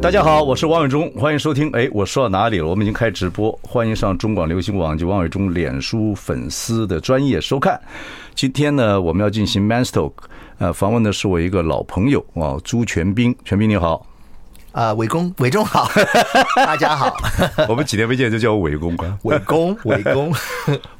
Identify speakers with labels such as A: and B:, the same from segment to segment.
A: 大家好，我是王伟忠，欢迎收听。哎，我说到哪里了？我们已经开直播，欢迎上中广流行网及王伟忠脸书粉丝的专业收看。今天呢，我们要进行 Manstock，呃，访问的是我一个老朋友啊，朱全斌。全斌你好，
B: 啊，伟公， 伟忠 好，大家好，
A: 我们几年没见就叫我伟公啊。
B: 伟公， 伟公，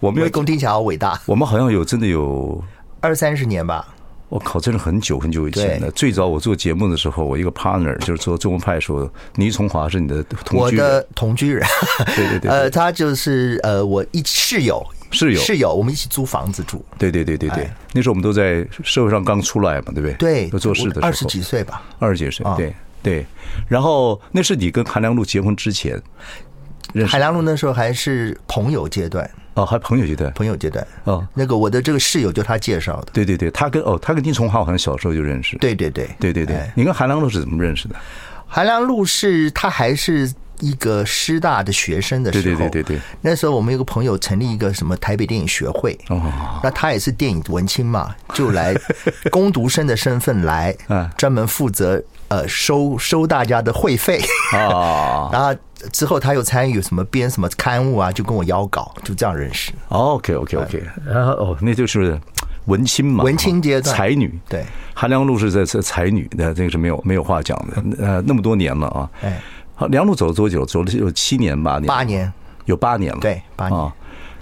A: 我们
B: 伟
A: 有，
B: 公听起来好伟大，
A: 我们好像有真的有，
B: 二三十年吧，
A: 我靠，真的很久很久以前的。
B: 对
A: 最早我做节目的时候，我一个 partner 就是做中文派的时候，倪崇华是你的同
B: 我
A: 居人
B: 的，同居人，
A: 对对对
B: 呃，他就是呃，我一室友，
A: 室友
B: 室友，我们一起租房子住，
A: 对对对对对
B: 哎。
A: 那时候我们都在社会上刚出来嘛，对不对？
B: 对，
A: 都做事的时候，
B: 二十几岁吧，
A: 二十几岁，
B: 啊
A: 对对。然后那是你跟韩良露结婚之前认识
B: 海良路那时候还是朋友阶段，
A: 哦，还朋友阶段
B: 朋友阶段，
A: 哦，
B: 那个我的这个室友就他介绍的，
A: 对对对，他跟哦，他跟金崇浩好像小时候就认识，
B: 对对对，
A: 对对对
B: 哎。
A: 你跟韩良露是怎么认 识的？
B: 韩良路是他还是一个师大的学生的时
A: 对
B: 候，
A: 对对对对，
B: 那时候我们有个朋友成立一个什么台北电影学会，
A: 哦，
B: 那他也是电影文青嘛，就来攻读生的身份来
A: 嗯，
B: 专门负责呃收收大家的会费，
A: 哦
B: 然后之后他又参与什么编什么刊物啊，就跟我邀稿，就这样认识。
A: ，OK OK OK，然后哦，那就是文青嘛，
B: 文青阶段
A: 才女，
B: 对，
A: 韩良露是在才才女，那这个是没有没有话讲的，呃，那么多年了啊，
B: 哎，
A: 好，梁璐走了多久？走了有七年八年，
B: 八年，
A: 有八年了，
B: 对八年
A: 啊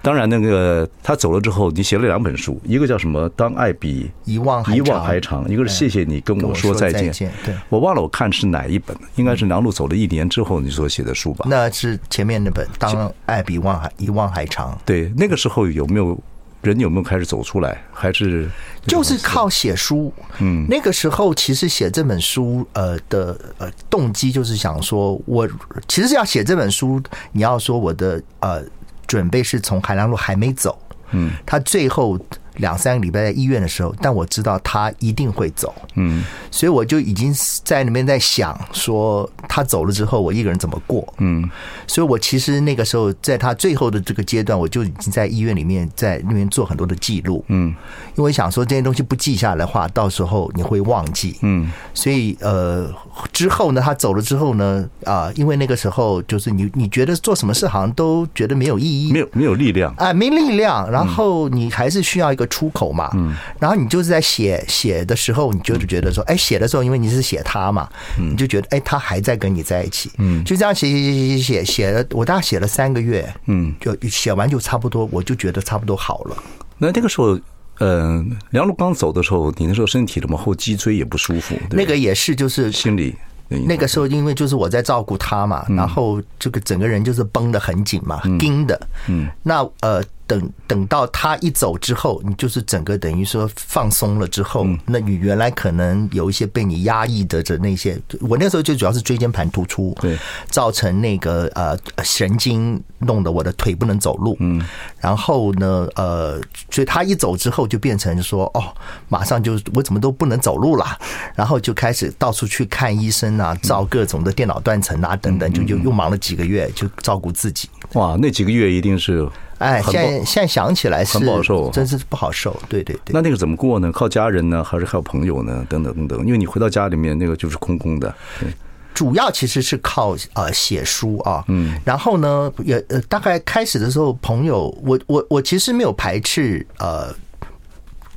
A: 当然，那个他走了之后，你写了两本书，一个叫什么《当爱比
B: 遗忘还
A: 遗忘
B: 长哎
A: 还长》，一个是《谢谢你跟
B: 跟
A: 我
B: 我
A: 说
B: 说
A: 再
B: 再
A: 见》
B: 见对
A: 我忘了我看是哪一本，应该是梁璐走了一年之后你所写的书吧？
B: 那是前面那本《当爱比忘还遗忘还长》，
A: 对，那个时候有没有人有没有开始走出来？还是
B: 就是靠写书。嗯，那个时候其实写这本书，呃的呃动机就是想说我，其实要写这本书，你要说我的呃准备是从海浪路还没走，嗯，他最后两三个礼拜在医院的时候，但我知道他一定会走，嗯，所以我就已经在里面在想说他走了之后，我一个人怎么过，嗯，所以我其实那个时候在他最后的这个阶段，我就已经在医院里面在那边做很多的记录，嗯，因为想说这些东西不记下来的话，到时候你会忘记，嗯，所以呃之后呢，他走了之后呢，啊、因为那个时候就是你你觉得做什么事好像都觉得没有意义，
A: 没有没有力量？
B: 啊，没力量，然后你还是需要一个出口嘛。嗯，然后你就是在写写的时候，你就觉得说，哎，写的时候，因为你是写他嘛，你就觉得，哎，他还在跟你在一起。嗯，就这样写写写写写写了，我大概写了三个月。嗯，就写完就差不多，我就觉得差不多好了。
A: 那那个时候，嗯、梁璐刚走的时候，你那时候身体什么后脊椎也不舒服，对不对
B: 那个也是，就是
A: 心理
B: 那个时候，因为就是我在照顾他嘛，然后这个整个人就是绷得很紧嘛，盯的。嗯嗯，那呃，等等到他一走之后，你就是整个等于说放松了之后，那你原来可能有一些被你压抑的的那些，我那时候就主要是椎间盘突出，
A: 对，
B: 造成那个呃神经弄得我的腿不能走路。嗯，然后呢，呃，所以他一走之后就变成说，哦，马上就我怎么都不能走路了，然后就开始到处去看医生
A: 嗯
B: 啊，照各种的电脑断层啊等等，就就又忙了几个月，就照顾自己。
A: 哇，那几个月一定是
B: 哎，
A: 很
B: 现
A: 不
B: 在现在想起来是
A: 很不好受
B: 真是不好受。对对对，
A: 那那个怎么过呢？靠家人呢，还是靠朋友呢？等等等等，因为你回到家里面，那个就是空空的。对
B: 主要其实是靠呃写书啊，嗯，然后呢也呃大概开始的时候，朋友，我我我其实没有排斥呃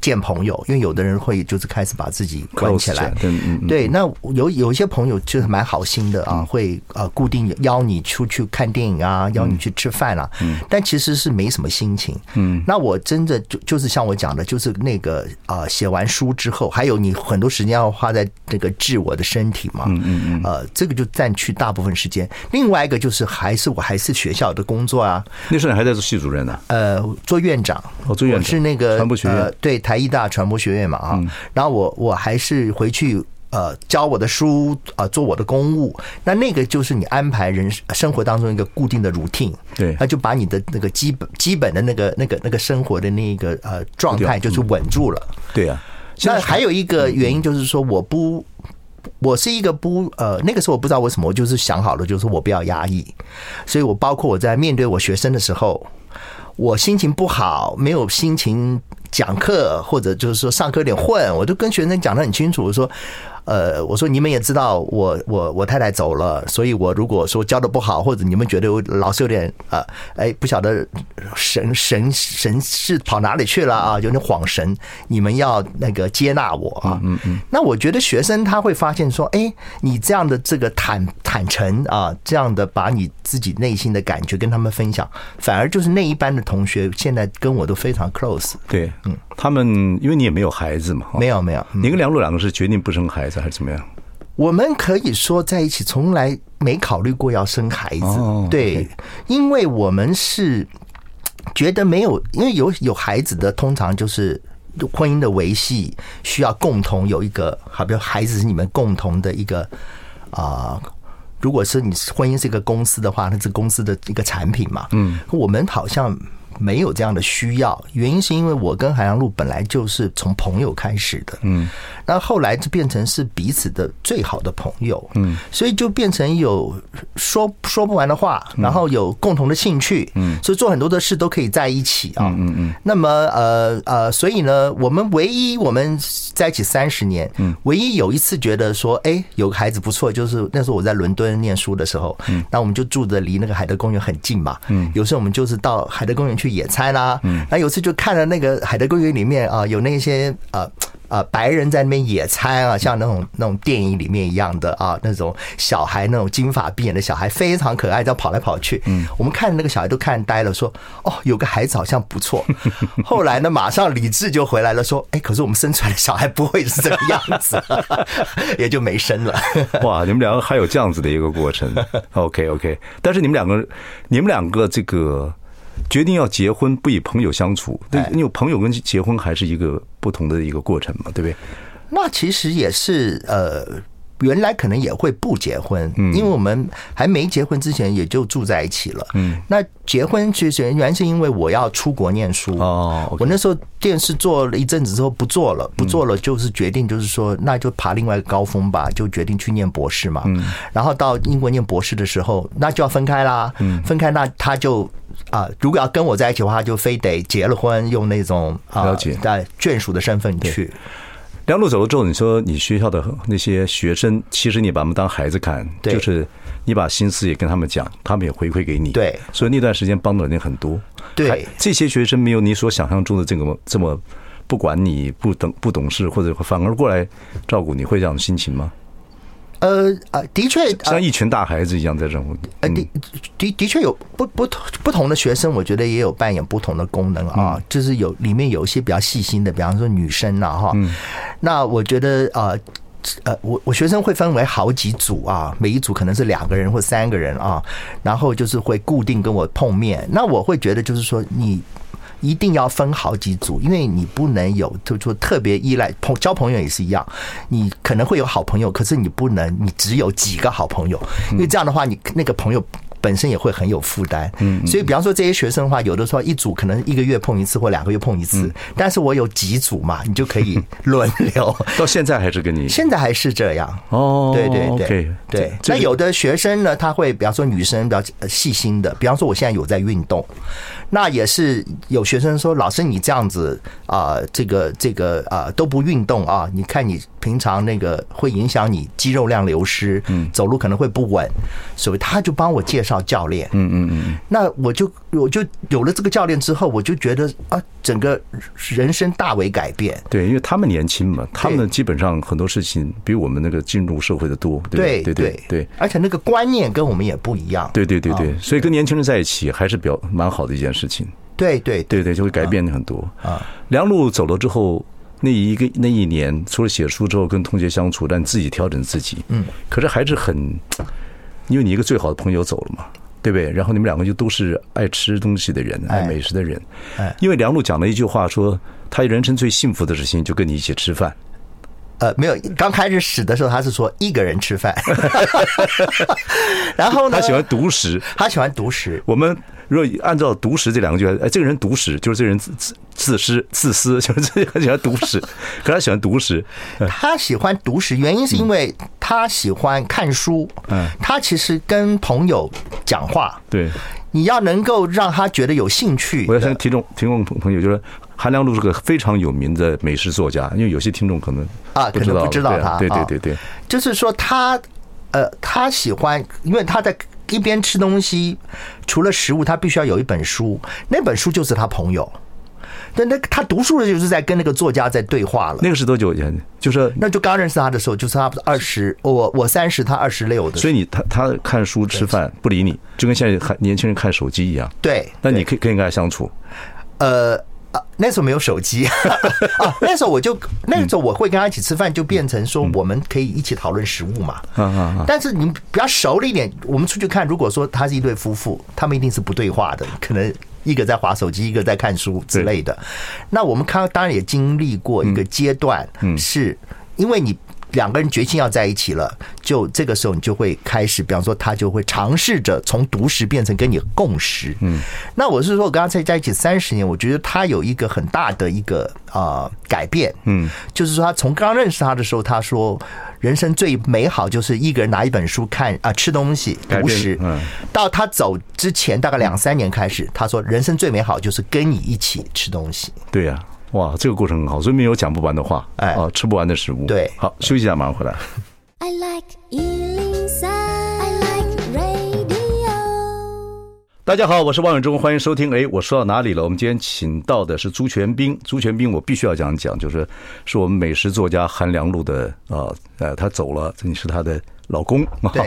B: 见朋友，因为有的人会就是开始把自己关起
A: Close 起来
B: 来，
A: 对嗯嗯嗯
B: 对，那有有一些朋友就是蛮好心的啊，会呃固定邀你出去看电影啊，邀你去吃饭啊，
A: 嗯
B: 但其实是没什么心情，嗯，那我真的就就是像我讲的，就是那个啊、呃写完书之后，还有你很多时间要花在这个治我的身体嘛，嗯嗯嗯，呃，这个就占去大部分时间，另外一个就是还是我还是学校的工作啊，
A: 那时候你还在做系主任呢、啊
B: 呃，做院长，
A: 哦做院长
B: 我是那个
A: 传播学院嗯
B: 呃对，台艺大传播学院嘛啊。然后我我还是回去呃教我的书啊、呃做我的公务，那那个就是你安排人生活当中一个固定的 routine，
A: 对
B: 那就把你的那个基本基本的那个那个那个生活的那个呃状
A: 嗯
B: 态就是稳住了。
A: 对啊，现
B: 那
A: 在
B: 还有一个原因就是说，我不，我是一个不呃，那个时候我不知道为什么，我就是想好了，就是我不要压抑，所以我包括我在面对我学生的时候，我心情不好，没有心情讲课，或者就是说上课有点混，我就跟学生讲的很清楚，我说。呃，我说你们也知道我，我我太太走了，所以我如果说教的不好，或者你们觉得我老师有点呃，哎，不晓得神神神是跑哪里去了啊，有点恍神，你们要那个接纳我啊。嗯嗯。那我觉得学生他会发现说，哎，你这样的这个坦坦诚啊，这样的把你自己内心的感觉跟他们分享，反而就是那一班的同学现在跟我都非常 close。
A: 对，他们因为你也没有孩子嘛，
B: 嗯没
A: 有，
B: 有没嗯有，
A: 你跟梁璐两个是决定不生孩子还是怎么样？
B: 我们可以说在一起，从来没考虑过要生孩子。
A: 哦
B: 对
A: OK，
B: 因为我们是觉得没有，因为有有孩子的，通常就是婚姻的维系需要共同有一个，好比如孩子是你们共同的一个啊。如果是你婚姻是一个公司的话，那是公司的一个产品嘛。嗯，我们好像没有这样的需要，原因是因为我跟海洋路本来就是从朋友开始的。嗯，那后来就变成是彼此的最好的朋友。嗯，所以就变成有说说不完的话，然后有共同的兴趣。嗯，所以做很多的事都可以在一起啊。嗯嗯。那么呃呃，所以呢，我们唯一我们在一起三十年，嗯，唯一有一次觉得说，哎，有个孩子不错，就是那时候我在伦敦念书的时候，嗯，那我们就住的离那个海德公园很近嘛，嗯，有时候我们就是到海德公园去野餐啦、嗯，那有一次就看了那个海德公园里面啊，有那些呃。啊，白人在那边野餐啊，像那种那种电影里面一样的啊，那种小孩那种金发碧眼的小孩非常可爱，这样跑来跑去。嗯，我们看那个小孩都看呆了，说哦，有个孩子好像不 错。后来呢，马上理智就回来了，说哎，可是我们生出来的小孩不会是这个样子， 也就没生了。
A: 哇，你们两个还有这样子的一个过程 ，OK OK。但是你们两个，你们两个这个决定要结婚，不以朋友相处，
B: 哎
A: 对，因为朋友跟结婚还是一个不同的一个过程嘛，对不对？
B: 那其实也是呃，原来可能也会不结婚，因为我们还没结婚之前也就住在一起了。嗯，那结婚其实原来是因为我要出国念书
A: 哦，OK
B: 我那时候电视做了一阵子之后不做了，不做了就是决定就是说那就爬另外一个高峰吧，就决定去念博士嘛。嗯，然后到英国念博士的时候，那就要分开啦。嗯，分开那他就啊、如果要跟我在一起的话，他就非得结了婚，用那种啊、
A: 了解
B: 在眷属的身份去。
A: 梁璐走了之后，你说你学校的那些学生，其实你把他们当孩子看，
B: 对
A: 就是你把心思也跟他们讲，他们也回馈给你，
B: 对
A: 所以那段时间帮的人很多，
B: 对
A: 还这些学生没有你所想象中的这个这么不管你不懂不懂事，或者反而过来照顾你，会这样的心情吗？
B: 呃呃，的确，呃
A: 像一群大孩子一样在嗯照顾你，
B: 呃，的的的确有不不同不同的学生，我觉得也有扮演不同的功能啊。就是有里面有一些比较细心的，比方说女生啊哈。那我觉得啊。呃呃，我我学生会分为好几组啊，每一组可能是两个人或三个人啊，然后就是会固定跟我碰面。那我会觉得就是说，你一定要分好几组，因为你不能有就是说特别依赖朋交朋友也是一样，你可能会有好朋友，可是你不能你只有几个好朋友，因为这样的话你那个朋友。本身也会很有负担，嗯，所以比方说这些学生的话，有的时候一组可能一个月碰一次或两个月碰一次，但是我有几组嘛，你就可以 轮流。
A: 到现在还是跟你
B: 现在还是这样，
A: 哦，
B: 对对对
A: OK，
B: 对。
A: 这这
B: 那有的学生呢，他会比方说女生比较呃细心的，比方说我现在有在运动，那也是有学生说老师你这样子啊、这个这个啊、都不运动啊，你看你平常那个会影响你肌肉量流失，嗯，走路可能会不稳，所以他就帮我介绍教练，嗯。那我就我就有了这个教练之后，我就觉得啊，整个人生大为改变。
A: 对，因为他们年轻嘛，他们基本上很多事情比我们那个进入社会的多，对
B: 对哦
A: 吧对对
B: 而且那个观念跟我们也不一样。
A: 对对对对，所以跟年轻人在一起还是比较蛮好的一件事情，
B: 对对对
A: 对对，就会改变很多
B: 啊。
A: 梁璐走了之后，那一个那一年，除了写书之后跟同学相处，但自己调整自己，嗯，可是还是很，因为你一个最好的朋友走了嘛。对不对？然后你们两个就都是爱吃东西的人，爱美食的人。
B: 哎
A: 因为梁璐讲了一句话说，他人生最幸福的事情就跟你一起吃饭。
B: 呃，没有，刚开始使的时候他是说一个人吃饭， 然后呢，
A: 他喜欢独食。
B: 他喜欢独食，
A: 我们若按照“独食”这两个句，哎，这个人独食，就是这个人自自自私、自私， 就是这个人喜欢独食。可他喜欢独食，
B: 他喜欢独食，原因是因为他喜欢看书，
A: 嗯，
B: 他其实跟朋友讲话，
A: 对。
B: 你要能够让他觉得有兴趣
A: 我要
B: 的
A: 先听众听众朋友，就是韩良露是个非常有名的美食作家，因为有些听众可能
B: 啊，
A: 不知
B: 可
A: 道，
B: 能不知道
A: 对啊
B: 他，
A: 对对
B: 啊
A: 对对，
B: 就是说他呃，他喜欢，因为他在一边吃东西，除了食物，他必须要有一本书，那本书就是他朋友。那那他读书的就是在跟那个作家在对话了。
A: 那个是多久以前？就是
B: 那就刚认识他的时候，就是他二十，我我三十，他二十六的时候。
A: 所以你他他看书吃饭不理你，就跟现在还年轻人看手机一样。
B: 对，
A: 那你可以可以跟他相处，
B: 呃。啊，那时候没有 手机啊，那时候我就那时候我会跟他一起吃饭，就变成
A: 嗯
B: 说我们可以一起讨论食物嘛。
A: 啊啊啊！
B: 但是你比较熟了一点，我们出去看，如果说他是一对夫妇，他们一定是不对话的，可能一个在划手机，一个在看书之类的。那我们看，当然也经历过一个阶段，
A: 嗯
B: 是因为你。两个人决心要在一起了，就这个时候你就会开始，比方说他就会尝试着从独食变成跟你共食。嗯，那我是说，我跟他在在一起三十年，我觉得他有一个很大的一个啊改变。嗯，就是说他从刚认识他的时候，他说人生最美好就是一个人拿一本书看啊、吃东西
A: 改
B: 独
A: 变
B: 食。
A: 嗯，
B: 到他走之前大概两三年开始，他说人生最美好就是跟你一起吃东西。
A: 对呀、哇，这个过程很好，所以没有讲不完的话，
B: 哎
A: 啊，吃不完的食物。
B: 对
A: 好，休息一下，马上回来。
C: I like Ealing Sound. I like radio.
A: 大家好，我是王永忠，欢迎收听。哎，我说到哪里了？我们今天请到的是朱全斌。朱全斌，我必须要讲讲，就是是我们美食作家韩良露的啊呃，他走了，这是他的老公。
B: 对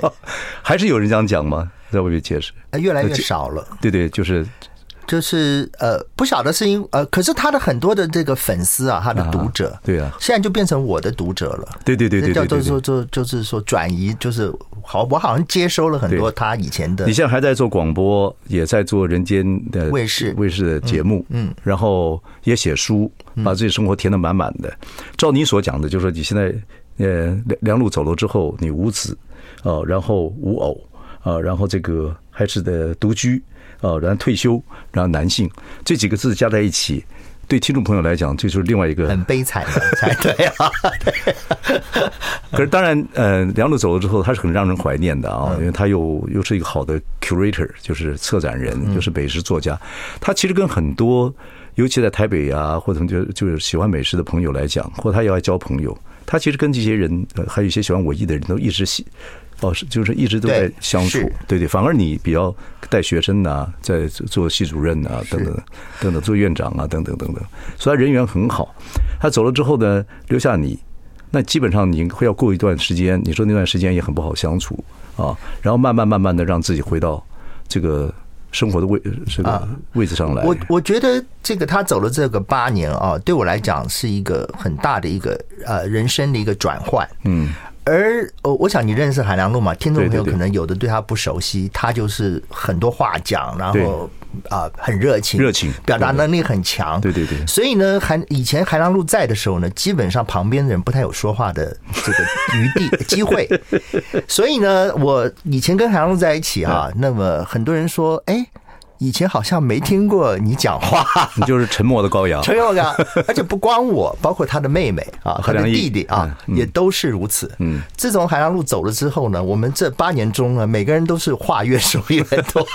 B: 对
A: 还是有人这样讲吗？在外面解释。
B: 呃越来
A: 那
B: 越
A: 这
B: 少了，
A: 对对，就是
B: 就是呃，不晓得是因呃，可是他的很多的这个粉丝啊，他的读者，
A: 对啊
B: 现在就变成我的读者了。
A: 对对对对
B: 叫
A: 对对
B: 做
A: 对。
B: 做做就是说转移，就是好，我好像接收了很多他以前的
A: 你现在还在做广播，也在做人间的
B: 卫视
A: 卫视的节目，嗯，然后也写书，
B: 嗯
A: 把自己生活填得满满的。照你所讲的，就是说你现在呃梁梁璐走了之后，你无子，呃，然后无偶，呃，然后这个还是的独居，呃，然后退休，然后男性这几个字加在一起，对听众朋友来讲，这就是另外一个
B: 很悲惨 的，才对啊。
A: 可是当然，呃，梁璐走了之后，他是很让人怀念的
B: 嗯
A: 啊，因为他又又是一个好的 curator，就是策展
B: 嗯
A: 人，又是美食作家。他其实跟很多，尤其在台北啊，或者就就是喜欢美食的朋友来讲，或他也爱交朋友，他其实跟这些人，呃还有一些喜欢文艺的人都一直喜。哦，是就是一直都在
B: 对
A: 相处
B: 是，
A: 对对，反而你比较带学生呐、在做做系主任呐、等等等等，做院长啊，等等等等，所以他人缘很好。他走了之后呢，留下你，那基本上你会要过一段时间，你说那段时间也很不好相处啊，然后慢慢慢慢的让自己回到这个生活的位这个位置上来。
B: 啊我我觉得这个他走了这个八年啊，对我来讲是一个很大的一个呃人生的一个转换。嗯，而呃，我想你认识韩良露嘛，听众朋友
A: 对对对
B: 可能有的对他不熟悉，他就是很多话讲，然后啊、很热情，
A: 热情
B: 表达能力很强。
A: 对对对
B: 所以呢，韩以前韩良露在的时候呢，基本上旁边的人不太有说话的这个 余地机会。所以呢，我以前跟韩良露在一起啊，那么很多人说，哎，以前好像没听过你讲话。
A: 你就是沉默的羔羊，
B: 陈友刚，而且不光我，包括他的妹妹啊，
A: 何
B: 他
A: 良
B: 的
A: 毅
B: 弟弟啊，也都是如此。嗯，自从海洋路走了之后呢，我们这八年中呢，每个人都是话越说越多。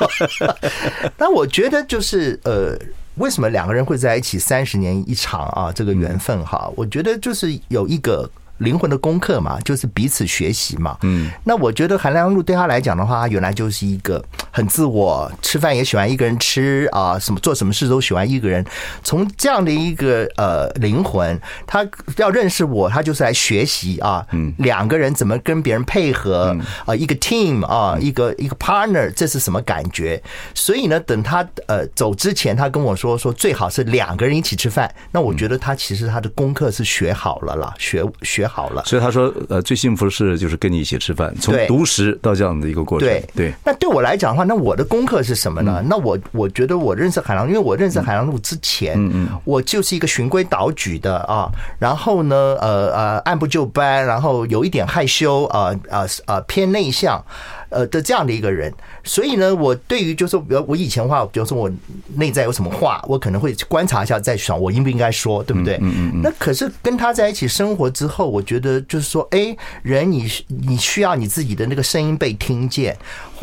B: 但我觉得就是呃，为什么两个人会在一起三十年一场啊？这个缘分哈，我觉得就是有一个。灵魂的功课嘛，就是彼此学习嘛。嗯，那我觉得韩良露对他来讲的话，他原来就是一个很自我，吃饭也喜欢一个人吃啊，什么做什么事都喜欢一个人。从这样的一个呃灵魂，他要认识我，他就是来学习啊。嗯，两个人怎么跟别人配合啊、一个 team 啊，一个一个 partner，这是什么感觉？所以呢，等他呃走之前，他跟我说说最好是两个人一起吃饭。那我觉得他其实他的功课是学好了啦，学学学好了。
A: 所以他说，呃，最幸福的事就是跟你一起吃饭，从
B: 对
A: 独食到这样的一个过程。
B: 对嗯
A: 对，
B: 那对我来讲的话，那我的功课是什么呢？那我我觉得我认识海洋，因为我认识海洋路之前，嗯嗯，我就是一个循规蹈矩的啊，然后呢，呃呃，按部就班，然后有一点害羞，啊啊啊，偏内向。呃的这样的一个人，所以呢，我对于就是说比如我以前的话，比如说我内在有什么话，我可能会观察一下再想我应不应该说，对不对？嗯嗯。那可是跟他在一起生活之后，我觉得就是说，哎，人你你需要你自己的那个声音被听见，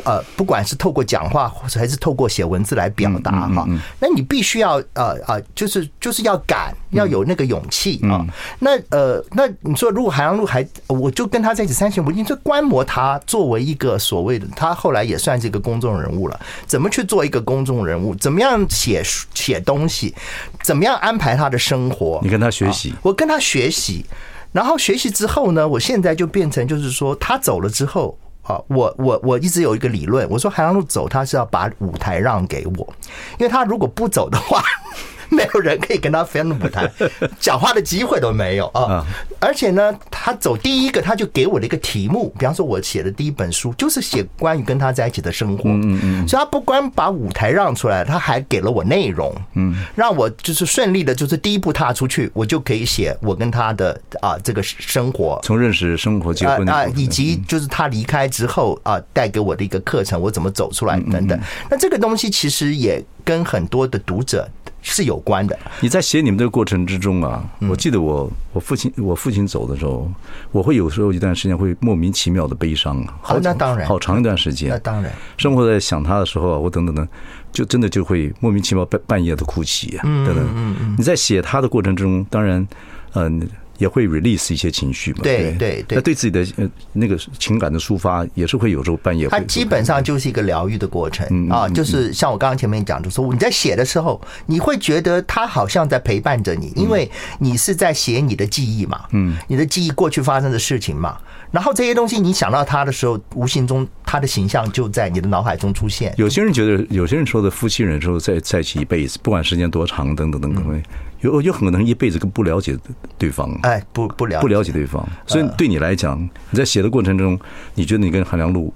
B: 呃，不管是透过讲话或者还是透过写文字来表
A: 嗯
B: 达哈，那你必须要呃啊，就是就是要敢，要有那个勇气
A: 嗯
B: 啊。那呃，那你说如果海洋路还，呃我就跟他在一起三年，我已经在观摩他作为一个所谓的，他后来也算是一个公众人物了，怎么去做一个公众人物，怎么样写书写东西，怎么样安排他的生活，
A: 你跟他学习
B: 啊，我跟他学习，然后学习之后呢，我现在就变成就是说，他走了之后。啊，我我我一直有一个理论，我说海洋路走，他是要把舞台让给我，因为他如果不走的话， 没有人可以跟他分舞台，讲话的机会都没有啊。而且呢，他走第一个，他就给我了一个题目，比方说我写的第一本书就是写关于跟他在一起的生活，嗯嗯，所以他不光把舞台让出来，他还给了我内容，嗯，让我就是顺利的，就是第一步踏出去，我就可以写我跟他的啊这个生活，
A: 从认识、生活、结
B: 啊
A: 婚
B: 啊
A: 的，过程
B: 以及就是他离开之后啊，带给我的一个课程，我怎么走
A: 嗯
B: 出来等等。那这个东西其实也跟很多的读者是有关的。
A: 你在写你们的过程之中啊，
B: 嗯
A: 我记得我我父亲我父亲走的时候，我会有时候一段时间会莫名其妙的悲伤啊，好
B: 啊那
A: 长
B: 当然
A: 好长一段时
B: 那
A: 间，
B: 当然，
A: 生活在想他的时候啊，我等等等，就真的就会莫名其妙半半夜的哭泣啊，
B: 嗯
A: 等等。你在写他的过程中，当然，嗯、也会 release 一些情绪嘛，
B: 对对对
A: 那对自己的呃那个情感的抒发，也是会有时候半夜会。
B: 它基本上就是一个疗愈的过
A: 嗯
B: 程啊，就是像我刚刚前面讲，就是说你在写的时候，你会觉得它好像在陪伴着
A: 嗯
B: 你，因为你是在写你的记忆嘛，嗯，你的记忆过去发生的事情嘛，然后这些东西你想到它的时候，无形中它的形象就在你的脑海中出现。
A: 有些人觉得，有些人说的夫妻人说在在一起一辈子，不管时间多长，等等等
B: 嗯
A: 等，有有很可能一辈子跟不了解对方，
B: 哎，不不了
A: 不了解对方。所
B: 啊
A: 以对你来讲，你在写的过程中，你觉得你跟韩良露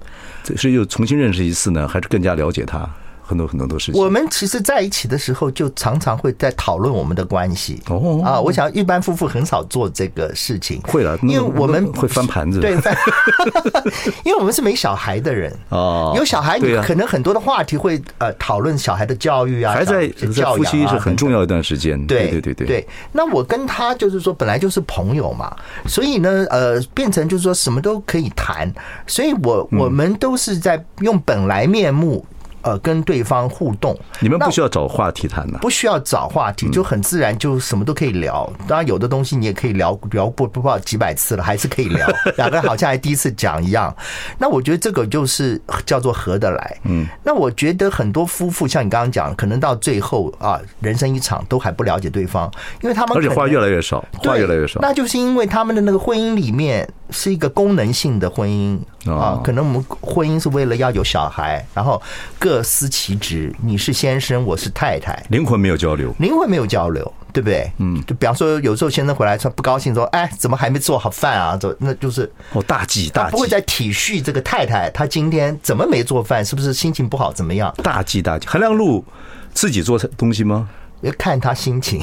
A: 是又重新认识一次呢，还是更加了解他很多很多的事情？
B: 我们其实在一起的时候，就常常会在讨论我们的关系。
A: 哦
B: 啊，我想一般夫妇很少做这个事情。
A: 会了，
B: 因为
A: 那
B: 我们
A: 那会翻盘子，
B: 对，，翻 因为我们是没小孩的人
A: 哦
B: 有小孩，你
A: 对啊
B: 可能很多的话题会呃讨论小孩的教育啊，
A: 还在
B: 小
A: 在
B: 教
A: 夫
B: 养
A: 妻
B: 啊
A: 是很
B: 等等
A: 重要一段时间，
B: 对
A: 对对对。
B: 那我跟他就是说本来就是朋友嘛，所以呢，呃，变成就是说什么都可以谈，所以我
A: 嗯
B: 我们都是在用本来面目呃跟对方互动。
A: 你们不需
B: 要
A: 要找话题谈呐、
B: 不需要找话
A: 嗯
B: 题，就很自然就什么都可以聊。当然有的东西你也可以聊聊不不知道几百次了，还是可 以聊。两个人好像还第一次讲一样。那我觉得这个就是叫做合得来。嗯，那我觉得很多夫妇像你刚刚讲，可能到最后啊，人生一场都还不了解对方，因为他们
A: 而且话越
B: 来
A: 来越少，话
B: 对
A: 越来越少。
B: 那就是因为他们的那个婚姻里面是一个功能性的婚姻啊
A: 哦，
B: 可能我们婚姻是为了要有小孩，然后各司其职，你是先生，我是太太。
A: 灵魂没有交流，
B: 灵魂没有交流，对不对？嗯，就比方说，有时候先生回来说不高兴，说：“哎，怎么还没做好饭啊？”这那就是
A: 哦，大忌
B: 他
A: 大忌，
B: 不会再体恤这个太太，她今天怎么没做饭，是不是心情不好，怎么样？
A: 大忌大忌。韩良露自己做东西吗？
B: 要看她心 情。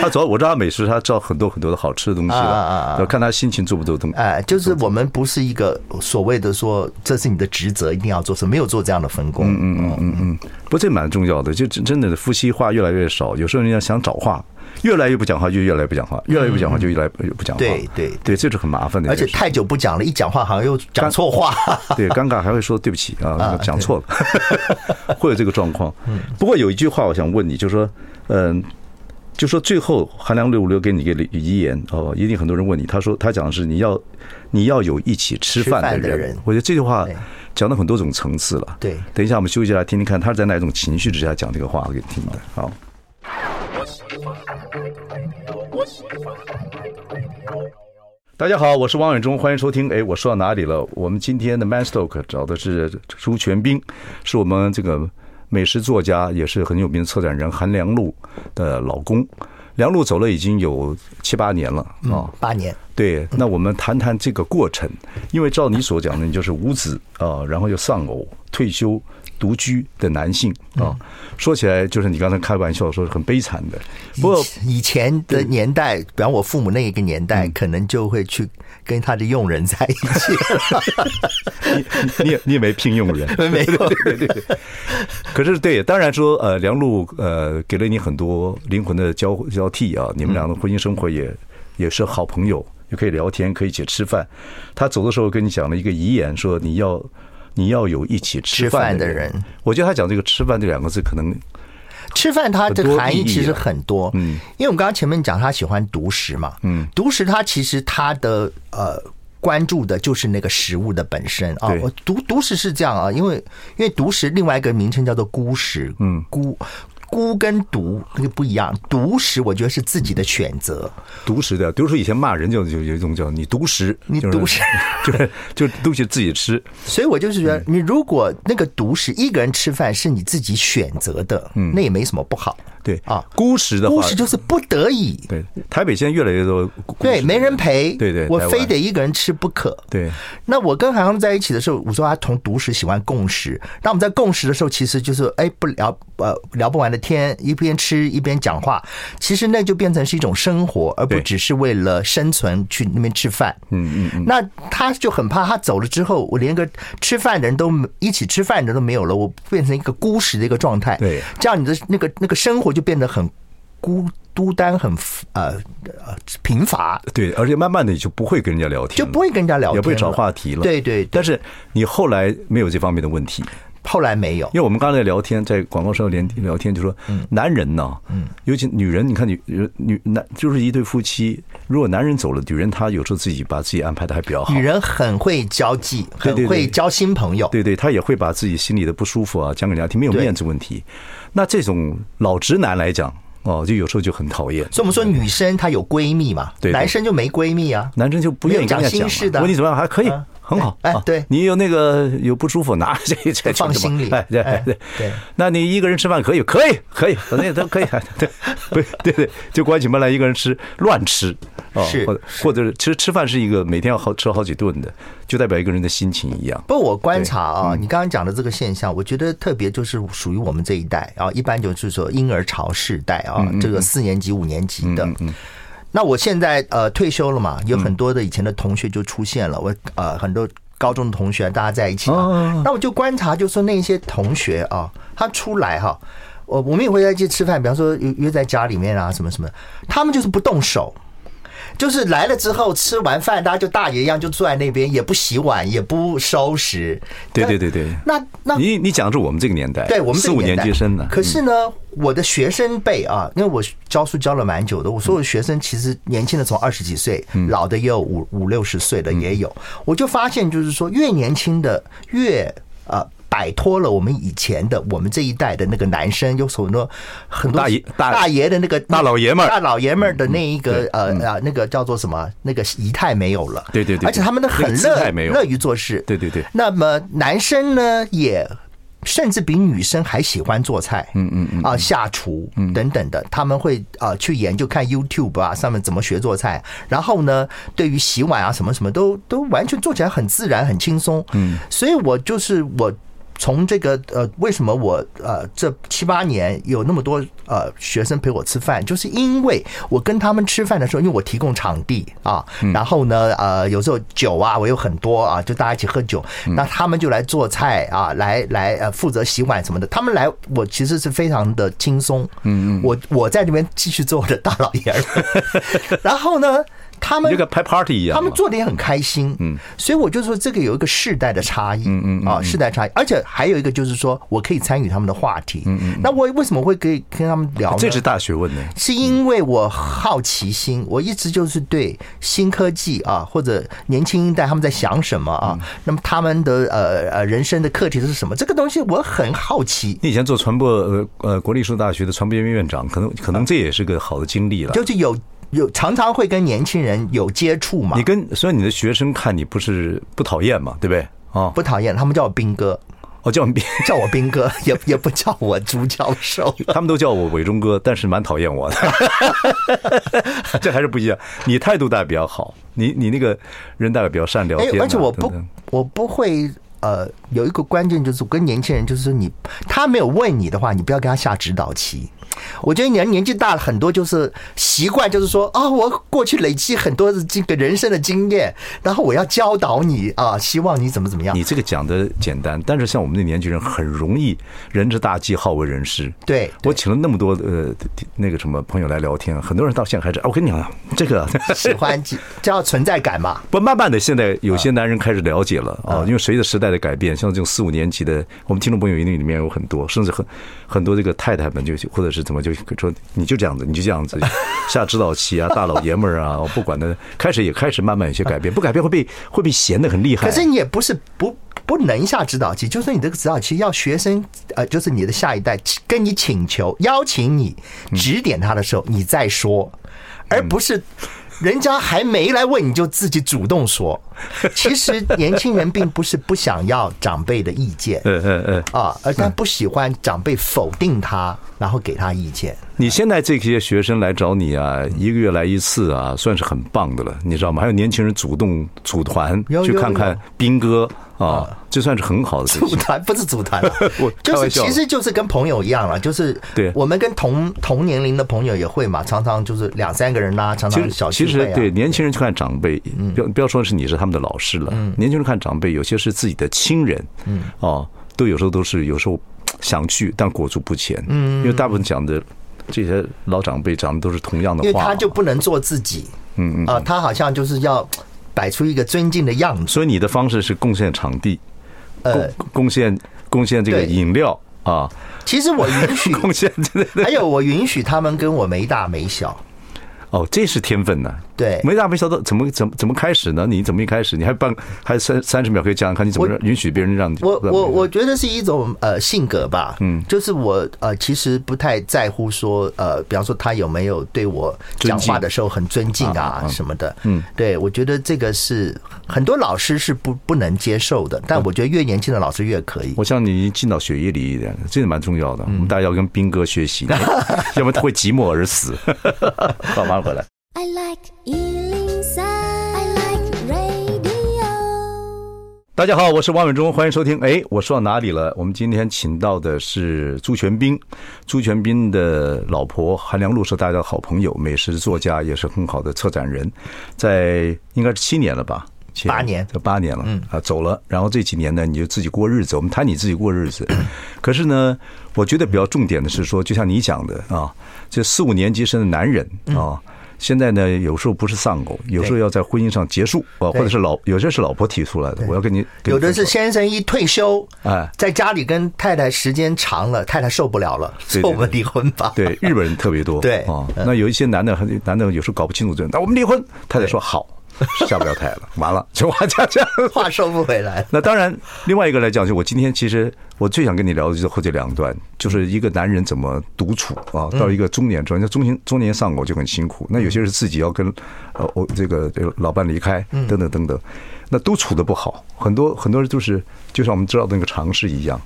A: 他主要我知道他美食，他知道很多很多的好吃的东西
B: 啊啊啊
A: 了，要看他心情做不做东。
B: 哎，就是我们不是一个所谓的说这是你的职责，一定要做，是没有做这样的分工。嗯嗯，
A: 不过这蛮重要的，就真真的夫妻话越来越少，有时候人家想找话，越来越不讲话就越来越不讲话，越来越不讲话就越来越不讲话。
B: 对对
A: 对，这是很麻烦的
B: 而
A: 一
B: 且
A: 件事。
B: 太久不讲了，一讲话好像又讲错话。
A: 对，尴尬还会说对不起啊，讲错了， 会有这个状况。
B: 嗯
A: 不过有一句话我想问你，就是说，嗯，就说最后韩良露留给你一个遗言哦，一定很多人问你，他说他讲的是你要你要有一起吃饭的
B: 吃饭的
A: 人，
B: 人
A: 我觉得这句话
B: 对
A: 讲到很多种层次了。
B: 对
A: 等一下我们休息一下来听听看他是在哪种情绪之下讲这个话给你听的。好。大家好，我是王伟忠，欢迎收听。哎，我说到哪里了？我们今天的 Man Stoke 找的是朱全斌，是我们这个美食作家，也是很有名的策展人韩良露的老公。梁路走了已经有七八年了啊、
B: 嗯，八年，
A: 对，那我们谈谈这个过程，因为照你所讲的，你就是无子啊，然后又丧偶、退休、独居的男性啊。说起来，就是你刚才开玩笑说是很悲惨的，不过
B: 以前的年代，比方我父母那个年代，可能就会去跟他的佣人在一 起了。
A: 你你也你也没聘用人，
B: 没有
A: 对对对。 可是对，当然说呃，梁璐呃给了你很多灵魂的交交替啊，你们俩的婚姻生活也也是好朋友，也可以聊天，可以一起吃饭。他走的时候跟你讲了一个遗言，说你要你要有一起吃
B: 吃
A: 饭
B: 饭
A: 的
B: 的
A: 人。
B: 人
A: 我觉得他讲这个“吃饭”这两个字，可能
B: 吃饭它
A: 很
B: 的
A: 多
B: 含
A: 意义
B: 义其实
A: 啊
B: 很多，
A: 嗯，
B: 因为我们刚刚前面讲他喜欢独食嘛，嗯，独食他其实他的呃关注的就是那个食物的本身啊
A: 对，
B: 我独独食是这样啊，因为因为独食另外一个名称叫做孤食，嗯，孤。孤跟独那个不一样，独食我觉得是自己的选择，
A: 独食的，比如说以前骂人就就有一种叫你独食，
B: 你
A: 就是
B: 独食，
A: 就是就是东西自己吃。
B: 所以我就是觉
A: 嗯
B: 得，你如果那个独食一个人吃饭是你自己选择的，嗯，那也没什么不好。
A: 对
B: 啊
A: 孤食的话，
B: 孤食就是不得已，
A: 对台北现在越来越多孤食的
B: 对，没人陪，
A: 对对，
B: 我
A: 台湾
B: 非得一个人吃不可。
A: 对
B: 那我跟韩寒在一起的时候，我说他从独食喜欢共食。那我们在共食的时候，其实就是哎不聊呃聊不完的天，一边吃一边讲话，其实那就变成是一种生活，而不
A: 对
B: 只是为了生存去那边吃饭。嗯嗯嗯。那他就很怕他走了之后，我连个吃饭的人都没一起吃饭的人都没有了，我变成一个孤食的一个状态。
A: 对
B: 这样你的那个那个生活就变得很孤孤单，很呃呃贫乏。
A: 对，而且慢慢的你就不会跟人家聊天
B: 就
A: 了，
B: 不会跟人家聊天了，
A: 也不会找话题了。
B: 对对对
A: 但是你后来没有这方面的问题，
B: 后来没有
A: 因，为我们刚才聊天，在广告时候连聊天就说，
B: 嗯
A: 男人呢，尤其女人，你看女女男就是一对夫妻，如果男人走了，女人她有时候自己把自己安排的还比较好
B: 女。人很会交际，
A: 对对
B: 很会交新朋友。
A: 对对，她也会把自己心里的不舒服啊讲给人家听，没有
B: 对
A: 面子问题。那这种老直男来讲，哦，就有时候就很讨厌。
B: 所以我们说女生她有闺蜜嘛，
A: 对对
B: 男生就没闺蜜啊。
A: 男生就不愿意跟人家
B: 没有
A: 讲
B: 讲心事的
A: 问你怎么样还可以
B: 啊，
A: 很好。
B: 哎
A: 啊
B: 对
A: 你有那个有不舒服，拿这这
B: 放心里
A: 哎，对
B: 哎
A: 对
B: 对。
A: 那你一个人吃饭可以，可以，可以，反正都可以。对，不对对，就关起门来一个人吃，乱吃啊，
B: 是
A: 或者或者是其实吃饭是一个每天要好吃好几顿的，就代表一个人的心情一样。
B: 不，我观察啊，
A: 嗯
B: 你刚刚讲的这个现象，我觉得特别就是属于我们这一代啊，一般就是说婴儿潮世代
A: 嗯
B: 啊，这个四年级、五年级的。那我现在呃退休了
A: 嗯
B: 嘛，有很多的以前的同学就出现了，我呃很多高中的同学大家在一起
A: 哦
B: 嘛，那我就观察，就说那些同学啊，他出来哈、我我们也会在一起吃饭，比方说约约在家里面啊，什么什么，他们就是不动手，就是来了之后吃完饭，大家就大爷一样就坐在那边，也不洗碗，也不收拾。
A: 对对对对
B: 那那
A: 你你讲的是我们这个年代，
B: 对我们这
A: 四
B: 个
A: 五
B: 年
A: 年
B: 代
A: 级生嗯的，
B: 可是呢，我的学生辈啊，因为我教书教了蛮久的，我所有学生其实年轻的从二十几岁，
A: 嗯
B: 老的也有五五六十岁的也有，我就发现就是说，越年轻的越呃。摆脱了我们以前的我们这一代的那个男生，有很多很多
A: 大爷大
B: 大爷的那个
A: 大老爷们儿嗯
B: 大老爷们儿的那一个呃呃那个叫做什么那个仪态没有了，
A: 对对对对
B: 而且他们都
A: 那
B: 很
A: 个姿
B: 乐
A: 态没有
B: 乐于做事，
A: 对对对
B: 那么男生呢，也甚至比女生还喜欢做菜，嗯嗯嗯，啊、下厨等等的，他们会啊、呃去研究看 YouTube 啊上面怎么学做菜，然后呢，对于洗碗啊什么什么都都完全做起来很自然很轻松，嗯，所以我就是我。从这个呃，为什么我呃这七八年有那么多呃学生陪我吃饭，就是因为我跟他们吃饭的时候，因为我提供场地啊，然后呢呃有时候酒啊我有很多啊，就大家一起喝酒，那他们就来做菜啊，来来呃负责洗碗什么的，他们来我其实是非常的轻松，嗯，我我在这边继续做我的大老爷 儿，然后呢他
A: 你
B: 们
A: 就跟拍 party 一样嘛，
B: 他们做的也很开心，嗯，所以我就说这个有一个世代的差异，嗯嗯啊，世代差异，而且还有一个就是说我可以参与他们的话题，嗯嗯，那我为什么会可以跟他们聊呢？
A: 这是大学问呢。
B: 是因为我好奇心，我一直就是对新科技啊，或者年轻一代他们在想什么啊，那么他们的呃呃人生的课题是什么？这个东西我很好奇，
A: 你以前做传播，呃呃，国立艺术大学的传播院院长，可能可能这也是个好的经历了。
B: 就是有有常常会跟年轻人有接触嘛
A: 你，跟所以你的学生看你不是不讨厌嘛，对不对？啊、
B: 不讨厌，他们叫我兵哥。
A: 哦，叫你别，
B: 叫我兵哥，也也不叫我朱教授。
A: 他们都叫我伟忠哥，但是蛮讨厌我的， 这还是不一样。你态度大概比较好，你你那个人大概比较善聊
B: 哎
A: 天、啊，
B: 而且我不
A: 等等
B: 我不会呃，有一个关键就是我跟年轻人，就是说你他没有问你的话，你不要给他下指导棋。我觉得年年纪大了很多，就是习惯，就是说啊、我过去累积很多的这个人生的经验，然后我要教导你啊，希望你怎么怎么样
A: 你。这个讲的简单，但是像我们的年轻人很容易人之大忌，好为人师。
B: 对
A: 我请了那么多呃那个什么朋友来聊天，很多人到现在还是，啊我跟你讲啊，这个啊
B: 喜欢叫存在感嘛，
A: 不，慢慢的，现在有
B: 啊
A: 些男人开始了解了啊，因为随着时代的改变，像这种四五年级的，我们听众朋友一定里面有很多，甚至很很多这个太太们就或者是怎么就说，你就这样子，你就这样 子下指导棋啊，大老爷们儿啊，不管的，开始也开始慢慢有些改变，不改变会被会被嫌得很厉害。
B: 可是你也不是不不能下指导棋，就是你这个指导棋要学生呃，就是你的下一代跟你请求、邀请你指点他的时候，你再说，而不是人家还没来问你就自己主动说。其实年轻人并不是不想要长辈的意见
A: 呃呃呃，
B: 啊，而但不喜欢长辈否定他，然后给他意见。
A: 你现在这些学生来找你啊，一个月来一次啊，算是很棒的了，你知道吗？还有年轻人主动组团
B: 有
A: 去
B: 有
A: 看看
B: 有
A: 兵哥啊，这算是很好的事
B: 组
A: 情。
B: 团不是组团了
A: 我，开
B: 就是
A: 玩笑
B: 其实就是跟朋友一样了，就是
A: 对
B: 我们跟同同年龄的朋友也会嘛，常常就是两三个人啦、常
A: 其
B: 常
A: 实
B: 小聚
A: 其实
B: 会啊。嗯
A: 对年轻人去看长辈，不要不要说是你是他们的老师了，年轻人看长辈，有些是自己的亲人，嗯，哦，都有时候都是有时候想去，但裹足不前，嗯，因为大部分讲的这些老长辈讲的都是同样的
B: 因为
A: 话嘛，
B: 他就不能做自己，嗯嗯啊，他好像就是要摆出一个尊敬的样子，
A: 所以你的方式是贡献场地，
B: 呃
A: 贡，贡献贡献这个
B: 对
A: 饮料 啊，
B: 其实我允许，
A: 贡献对 对
B: 还
A: 对，
B: 有我允许他们跟我没大没小，
A: 哦，这是天分呐、
B: 对
A: 没大没小的，怎么怎么怎么开始呢？你怎么一开始，你还半还三三十秒可以讲讲看，你怎么
B: 我
A: 让允许别人让你
B: 我我我觉得是一种呃性格吧，嗯，就是我呃其实不太在乎说呃，比方说他有没有对我
A: 尊
B: 讲
A: 敬
B: 话的时候很尊敬
A: 啊
B: 啊
A: 啊
B: 什么的，嗯，对我觉得这个是很多老师是不不能接受的，但我觉得越年轻的老师越可以。
A: 嗯我像你已经进到血液里一点，这是蛮重要的。我们大家要跟兵哥学 习，要不然他会寂寞而死。 好，马上回来。
C: I like Ealing Sound. I like radio.
A: 大家好，我是王伟忠，欢迎收听。哎，我说到哪里了？我们今天请到的是朱全斌，朱全斌的老婆韩良露是大家的好朋友，美食作家，也是很好的策展人，在应该是七年了吧。前
B: 八年
A: 这八年了，啊，走了。然后这几年呢，你就自己过日子。我们谈你自己过日子，可是呢，我觉得比较重点的是说，就像你讲的啊，这四五年级生的男人
B: 嗯
A: 啊，现在呢，有时候不是丧偶，有时候要在婚姻上结束啊，或者是老，有些是老婆提出来的，我要跟你，跟你
B: 有的是
A: 分手
B: 先生一退休，
A: 哎
B: 在家里跟太太时间长了，太太受不了了，
A: 对对
B: 所以 我们离婚吧。
A: 对日本人特别多，
B: 对嗯
A: 啊，那有一些男的，男的有时候搞不清楚这，那我们离婚，太太说好，下不了台了，完了，就往家这样。
B: 话收不回来。
A: 那当然，另外一个来讲，就我今天其实我最想跟你聊的就是后这两段，就是一个男人怎么独处啊，
B: 嗯
A: 到一个中年之后，那中年中年丧偶就很辛苦。那有些是自己要跟呃我这个这个老伴离开，
B: 嗯
A: 等等等等，那都处的不好，很多很多人就是就像我们知道的那个常识一样。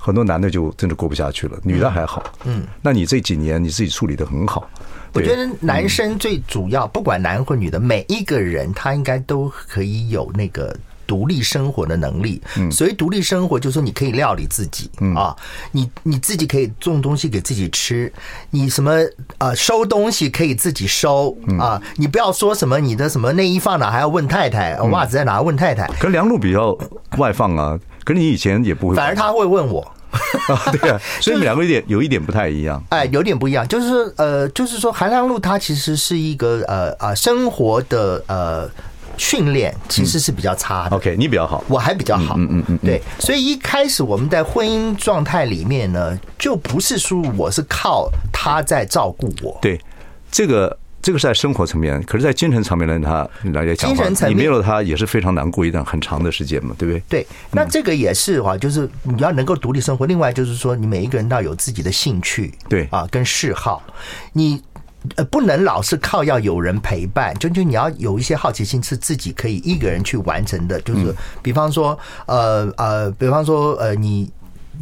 A: 很多男的就真的过不下去了，女的还好。嗯，那你这几年你自己处理的很好，
B: 我
A: 对
B: 觉得男生最主要，不管男或女的，每一个人他应该都可以有那个。独立生活的能力，所以独立生活就是说你可以料理自己、啊，你你自己可以种东西给自己吃，你什么呃收东西可以自己收啊，你不要说什么你的什么内衣放哪还要问太太，呃袜子在哪要问太太，
A: 可是梁璐比较外放啊，可是你以前也不会，
B: 反而他会问我，
A: 啊， 对 啊，所以你们两个有点有一点不太一样。
B: 哎，有点不一样，就是说呃，就是说韩良露它其实是一个呃啊、生活的呃训练，其实是比较差的。
A: OK，你比较好。
B: 我还比较好，哦嗯嗯嗯，对，所以一开始我们在婚姻状态里面呢，就不是说我是靠他在照顾我，
A: 对，这个这个是在生活层面，可是，在精神层面来他来讲的
B: 精神
A: 话，
B: 层
A: 你没
B: 面
A: 有他也是非常难过一段很长的时间嘛，对不对？
B: 对，嗯那这个也是哈、就是你要能够独立生活。另外就是说，你每一个人要有自己的兴趣，
A: 对
B: 啊，跟嗜好，你。呃，不能老是靠要有人陪伴，就就你要有一些好奇心是自己可以一个人去完成的，就是比方说，呃呃，比方说，呃，你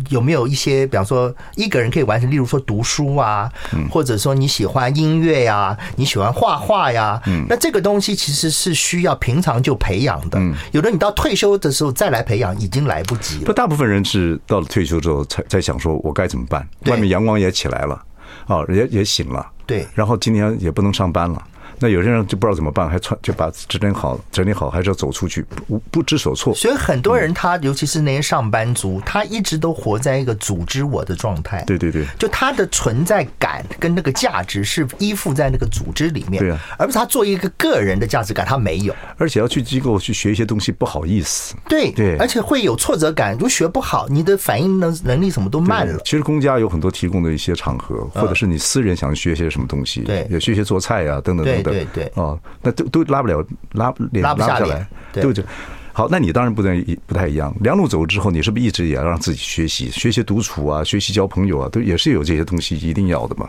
B: 有没有一些，比方说一个人可以完成，例如说读书啊，或者说你喜欢音乐呀、你喜欢画画呀，那这个东西其实是需要平常就培养的。有的你到退休的时候再来培养，已经来不及
A: 不，
B: 了。
A: 大部分人是到了退休之后才才想说，我该怎么办？
B: 对
A: 外面阳光也起来了，哦，也也醒了，
B: 对
A: 然后今天也不能上班了。那有些人就不知道怎么办，还穿就把整理好，整理好还是要走出去，不不知所措。
B: 所以很多
A: 嗯
B: 人他，尤其是那些上班族，他一直都活在一个组织我的状态。
A: 对对对
B: 就他的存在感跟那个价值是依附在那个组织里面，
A: 对啊
B: 而不是他作为一个个人的价值感，他没有。
A: 而且要去机构去学一些东西，不好意思。
B: 对
A: 对
B: 而且会有挫折感。如果学不好，你的反应能能力什么都慢了。嗯
A: 其实公家有很多提供的一些场合，或者是你私人想学些什么东西，
B: 对
A: 也学学做菜啊，等等等等，
B: 对对对
A: 哦，那都都拉不了，拉脸
B: 拉不下脸
A: 来，
B: 对
A: 对不对？好，那你当然不能不太一样。两路走之后，你是不是一直也要让自己学习，学习独处啊，学习交朋友啊，都也是有这些东西一定要的嘛？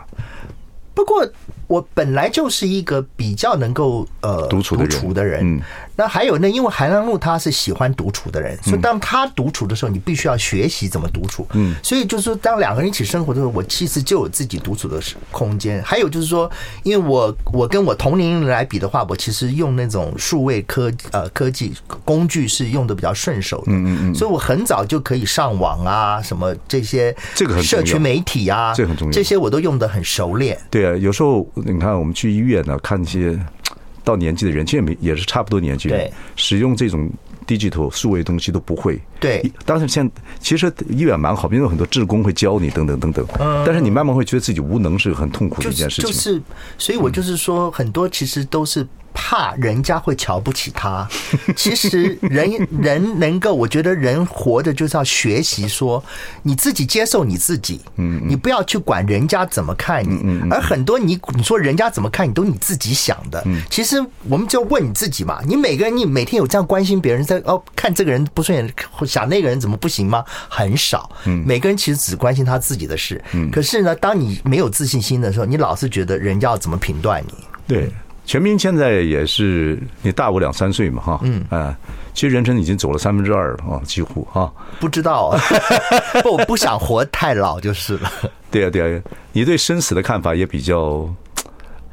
B: 不过我本来就是一个比较能够呃
A: 独处的人
B: 的人。
A: 嗯
B: 那还有呢，因为韩良露他是喜欢独处的人，
A: 嗯
B: 所以当他独处的时候，你必须要学习怎么独处。嗯，所以就是说，当两个人一起生活的时候，我其实就有自己独处的空间。还有就是说，因为我我跟我同龄人来比的话，我其实用那种数位科呃科技工具是用的比较顺手的。嗯嗯嗯，所以我很早就可以上网啊，什么这些
A: 这个很重
B: 社
A: 要
B: 群媒体啊，
A: 这个很重要
B: 这些我都用的很熟练。
A: 对啊，有时候你看我们去医院呢，看一些嘖到年纪的人，其实也没也是差不多年纪
B: 对
A: 人，使用这种 digital 数位东西都不会。
B: 对
A: 一，当然现在其实医院蛮好，因为有很多志工会教你等等等等。但是你慢慢会觉得自己无能是很痛苦的
B: 嗯就
A: 一
B: 是
A: 件事情。
B: 就是，所以我就是说，很多其实都是怕人家会瞧不起他。其实人 人能够，我觉得人活着就是要学习说，你自己接受你自己，嗯，你不要去管人家怎么看
A: 嗯
B: 你。而很多你你说人家怎么看你，都你自己想的。
A: 嗯
B: 其实我们就问你自己嘛，你每个人你每天有这样关心别人，在哦看这个人不顺眼，或想那个人怎么不行吗？很少，
A: 嗯
B: 每个人其实只关心他自己的事。可是呢，当你没有自信心的时候，你老是觉得人家要怎么评断你。
A: 对，全民现在也是你大我两三岁嘛，哈，嗯，啊，其实人生已经走了三分之二了啊，几乎啊。
B: 不知道、 不，我不想活太老就是了。
A: 对啊，对啊，你对生死的看法也比较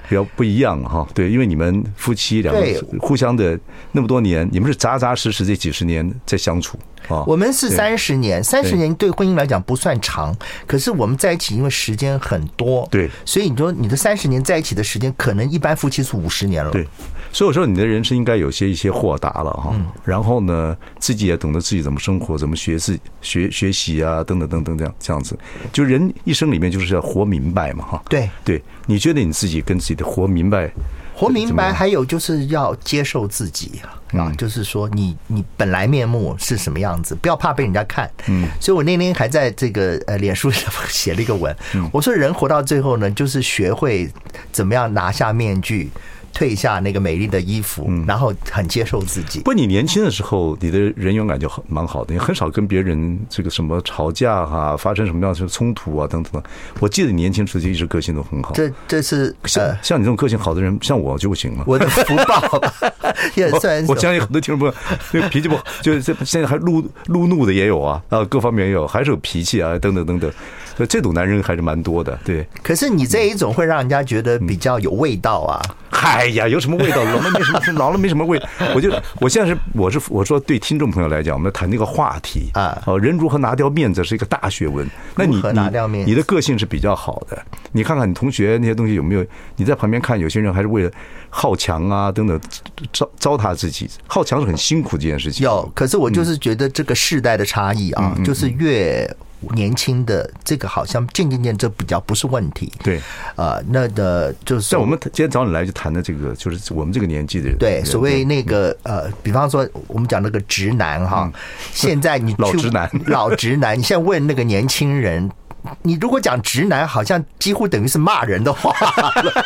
A: 比较不一样哈。对，因为你们夫妻两
B: 对
A: 个互相的那么多年，你们是扎扎实实这几十年在相处啊。
B: 我们是
A: 对
B: 三十年，三十
A: 对
B: 年对婚姻来讲不算长，可是我们在一起因为时间很多，
A: 对
B: 所以你说你的三十年在一起的时间，可能一般夫妻是五十年了，
A: 对，所以我说你的人生应该有些一些豁达了哈。然后呢，自己也懂得自己怎么生活，怎么学自学学习啊，等等等等，这样这样子，就人一生里面就是要活明白嘛哈。
B: 对
A: 对，你觉得你自己跟自己的活明白，
B: 活明
A: 怎么
B: 白，
A: 样
B: 还有就是要接受自己啊，
A: 嗯
B: 啊就是说你你本来面目是什么样子，不要怕被人家看。嗯，所以我那天还在这个呃脸书上写了一个文，
A: 嗯
B: 我说人活到最后呢，就是学会怎么样拿下面具，褪下那个美丽的衣服，
A: 嗯
B: 然后很接受自己。
A: 不，你年轻的时候，你的人缘感就很蛮好的，你很少跟别人这个什么吵架哈、发生什么样的冲突啊等等的。我记得你年轻时期一直个性都很好，
B: 这这是
A: 像
B: 呃
A: 像你这种个性好的人，像我就不行了。
B: 我的福报， 也
A: 我
B: 算是
A: 我相信很多听众朋友，那个脾气不好，就是这现在还路路怒的也有啊，啊，各方面也有，还是有脾气啊，等等等等，所以这种男人还是蛮多的。对，
B: 可是你这一种会让人家觉得比较有味道啊。
A: 哎呀，有什么味道？老了没什么，老了没什么 味。我就我现在是我是我说对听众朋友来讲，我们谈这个话题
B: 啊
A: 哦，人如何拿掉面子是一个大学问。那你
B: 如何拿掉面子
A: 你你的个性是比较好的，你看看你同学那些东西有没有？你在旁边看，有些人还是为了好强啊等等糟糟蹋自己，好强是很辛苦的一件事情。
B: 有，可是我
A: 嗯
B: 就是觉得这个世代的差异啊，就是越年轻的这个好像渐渐渐这比较不是问题。
A: 对，
B: 呃，那的就是
A: 像
B: 说
A: 我们今天早上来就谈的这个，就是我们这个年纪的人，
B: 对所谓那个
A: 嗯
B: 呃，比方说我们讲那个直男哈，现在你
A: 老
B: 去
A: 直男
B: 老直男，你现在问那个年轻人。你如果讲直男，好像几乎等于是骂人的话 了。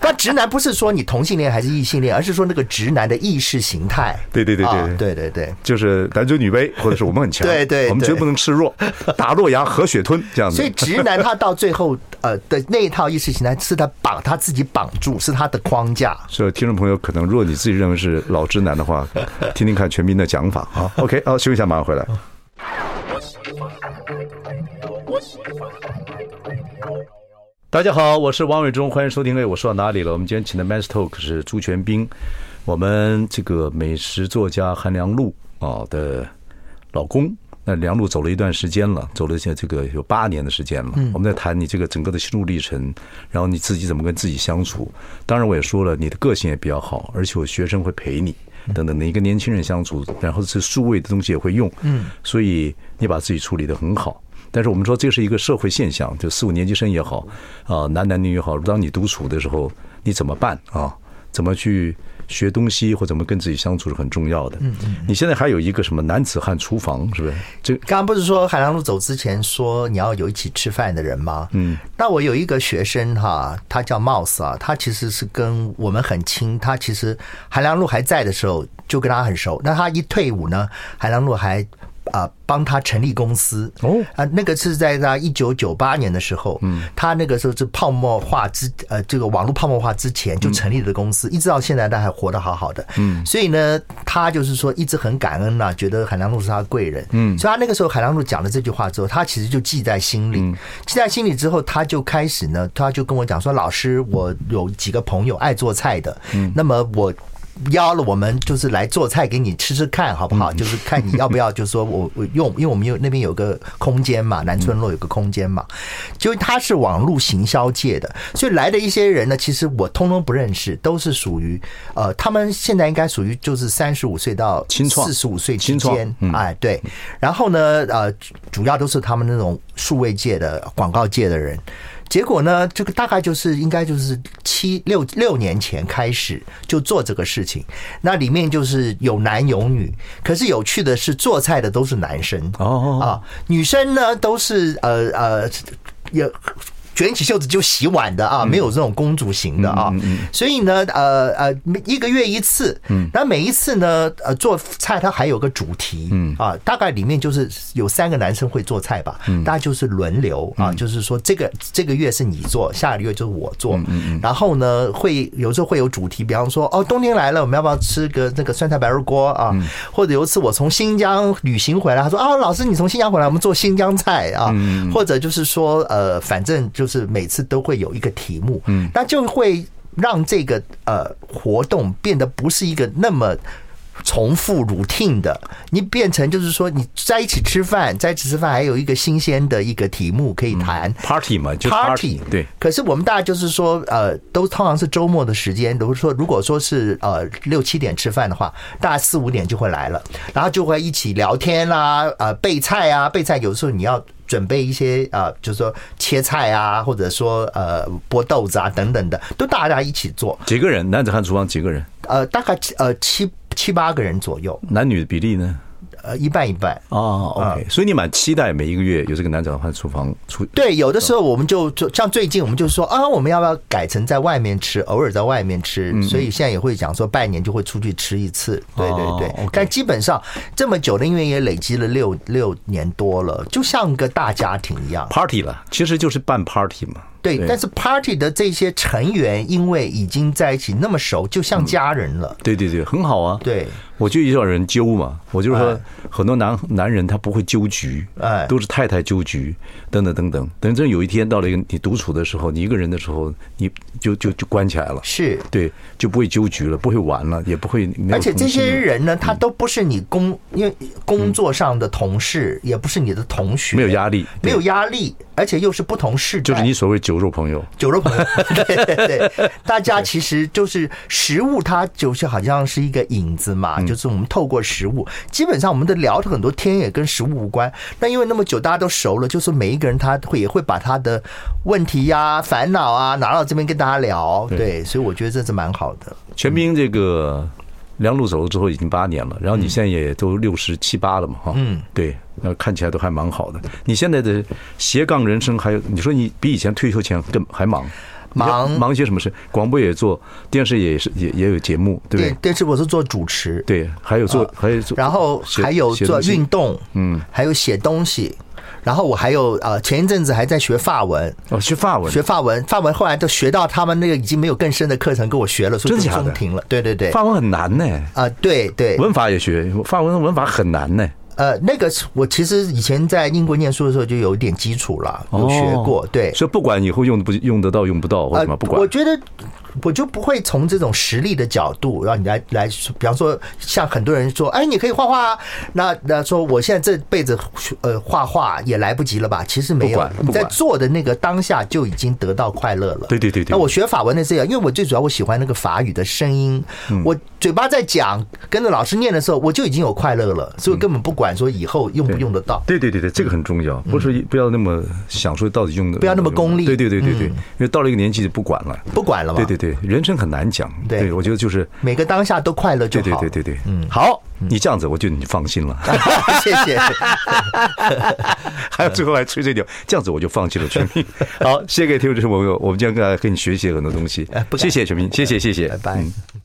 B: 那直男不是说你同性恋还是异性恋，而是说那个直男的意识形态。
A: 对对对对
B: 啊
A: 对
B: 对对对。
A: 就是男尊女卑，或者是我们很强，
B: 对对
A: 我们绝
B: 对
A: 不能示弱，打落牙和血吞这样子。
B: 所以直男他到最后呃的那一套意识形态是他绑他自己绑住，是他的框架。
A: 所以听众朋友可能，如果你自己认为是老直男的话，听听看全民的讲法啊。OK，好，休息一下，马上回来。
C: 一
A: 大家好，我是王伟忠，欢迎收听。哎，我说到哪里了？我们今天请的 Man's Talk 是朱全斌，我们这个美食作家韩良露啊的老公。那梁璐走了一段时间了，走了现这个有八年的时间了。我们在谈你这个整个的心路历程，然后你自己怎么跟自己相处。当然，我也说了，你的个性也比较好，而且有学生会陪你，等等。你跟年轻人相处，然后是数位的东西也会用，嗯，所以你把自己处理得很好。但是我们说这是一个社会现象，就四五年级生也好，啊，男男女女也好，当你独处的时候，你怎么办啊？怎么去学东西或怎么跟自己相处是很重要的。嗯嗯。你现在还有一个什么男子汉厨房是不是？这
B: 刚刚不是说海浪路走之前说你要有一起吃饭的人吗？嗯，那我有一个学生哈，他叫 Mouse 啊，他其实是跟我们很亲，他其实海浪路还在的时候就跟他很熟，那他一退伍呢，海浪路还。啊，帮他成立公司
A: 哦
B: 啊，那个是在他一九九八年的时候，嗯，他那个时候是泡沫化之呃，这个网络泡沫化之前就成立的公司，一直到现在他还活得好好的，嗯，所以呢，他就是说一直很感恩呐、觉得海良路是他的贵人，嗯，所以他那个时候海良路讲了这句话之后，他其实就记在心里，记在心里之后，他就开始呢，他就跟我讲说，老师，我有几个朋友爱做菜的，嗯，那么我。邀了我们就是来做菜给你吃吃看好不
A: 嗯
B: 好？就是看你要不要，就是说我我用，因为我们有那边有个空间
A: 嗯
B: 嘛，南村路有个空间嘛，就他是网络行销界的，所以来的一些人呢，其实我通通不认识，都是属于呃，他们现在应该属于就是三十五岁到
A: 清创
B: 四十五岁之
A: 清创
B: 间，
A: 嗯
B: 哎对，然后呢呃，主要都是他们那种数位界的广告界的人。结果呢，这个大概就是应该就是七六六年前开始就做这个事情，那里面就是有男有女，可是有趣的是做菜的都是男生
A: 哦
B: 啊，女生呢都是呃呃也。卷起袖子就洗碗的啊，没有这种公主型的啊，所以呢，呃呃，一个月一次，那每一次呢，呃，做菜它还有个主题，啊，大概里面就是有三个男生会做菜吧，大家就是轮流啊，就是说这个这个月是你做，下个月就是我做，然后呢，会有时候会有主题，比方说哦，冬天来了，我们要不要吃个那个酸菜白肉锅啊？或者有一次我从新疆旅行回来，他说啊，老师你从新疆回来，我们做新疆菜啊，或者就是说呃，反正就是每次都会有一个题目，那就会让这个呃活动变得不是一个那么。重复 routine 的，你变成就是说你在一起吃饭，在一起吃饭还有一个新鲜的一个题目可以谈，
A: party 嘛，就是
B: party，
A: party 对。
B: 可是我们大家就是说，呃，都通常是周末的时间。比如说，如果说是呃六七点吃饭的话，大家四五点就会来了，然后就会一起聊天啦、呃备菜啊，备菜有时候你要。准备一些呃，就是说切菜啊，或者说呃剥豆子啊等等的，都大家一起做。
A: 几个人？男子汉厨房几个人？
B: 呃，大概七呃七七八个人左右，
A: 男女比例呢？
B: 呃一半一半。
A: 哦，OK，所以你蛮期待每一个月有这个男子汉厨房出
B: 对，有的时候我们就就像最近我们就说啊，我们要不要改成在外面吃，偶尔在外面吃，
A: 嗯
B: 所以现在也会讲说半年就会出去吃一次，对
A: 哦
B: 对对
A: OK。
B: 但基本上这么久的，因为也累积了六六年多了，就像个大家庭一样。
A: party 了，其实就是办 party 嘛。
B: 对，但是 party 的这些成员因为已经在一起那么熟，就像家人了。
A: 对对对，很好啊。
B: 对，
A: 我就有人揪嘛，我就是说
B: 哎，
A: 很多男男人他不会纠局，
B: 哎
A: 都是太太纠局，等等等等。等真有一天到了一个你独处的时候，你一个人的时候，你就就就关起来了，
B: 是。
A: 对，就不会纠局了，不会玩了，也不会没有
B: 而且这
A: 同嗯心
B: 些
A: 了
B: 人呢，他都不是你工，因为工作上的同事，也不是你的同
A: 嗯
B: 学，
A: 没有压力对
B: 没有压力，而且又是不同世代，
A: 就是你所谓酒肉朋友，
B: 酒肉朋友，对对对，大家其实就是食物，它就是好像是一个影子
A: 嗯
B: 嘛，就是我们透过食物，基本上我们的聊的很多天也跟食物无关。那因为那么久大家都熟了，就是每一个人他会也会把他的问题呀、烦恼啊拿到这边跟大家聊，对，所以我觉得这是蛮好的。
A: 全兵这个梁璐走了之后已经八年了，然后你现在也都六十七八了嘛，哈，嗯，对，那看起来都还蛮好的。你现在的斜杠人生还有，你说你比以前退休前更还忙，
B: 忙
A: 忙些什么事？广播也做，电视也是也也有节目，对不
B: 电
A: 对？
B: 电视我是做主持，
A: 对，还有做，还有做，
B: 呃然后
A: 写
B: 还有
A: 写
B: 做
A: 东西
B: 运动，嗯，还有写东西，然后我还有呃前一阵子还在学法文，
A: 哦，学法文，
B: 学法文，法文后来都学到他们那个已经没有更深的课程跟我学了，所以
A: 真
B: 就
A: 的假的
B: 中停了。对对对，啊、
A: 法文很难呢，
B: 对对，
A: 文法也学，法文文法很难呢，
B: 呃，那个是我其实以前在英国念书的时候就有一点基础啦，有学过，
A: 哦
B: 对。
A: 所以不管以后用不用得到用不到或者什么，不管
B: 呃我觉得我就不会从这种实力的角度，让你来来，比方说像很多人说，哎，你可以画画啊，那那说我现在这辈子呃画画也来不及了吧？其实没
A: 不
B: 有
A: 管，
B: 你
A: 不
B: 在
A: 管
B: 做的那个当下就已经得到快乐了。
A: 对对对对
B: 那我学法文的这样，因为我最主要我喜欢那个法语的声音，
A: 嗯
B: 我嘴巴在讲，跟着老师念的时候，我就已经有快乐了，所以根本不管说以后用不用得到。
A: 对对对对，这个很重要，不是不要那么想说到底用的，
B: 嗯不要那么功利嗯
A: 对对对对对，因为到了一个年纪就不管了。
B: 不管了嘛，
A: 对对对，人生很难讲。
B: 对
A: 对，我觉得就是
B: 每个当下都快乐就
A: 对对
B: 好。
A: 对对对，嗯，好，你这样子，我觉得你放 心了。
B: 对， 谢谢。
A: 还有最后还吹吹牛，这样子我就放弃了全 民。呃好，谢谢各位听众朋友，我们今天跟大家跟你学习了很多东西
B: 哎不，敢
A: 谢谢全民，谢谢谢谢，
B: 拜拜
A: 嗯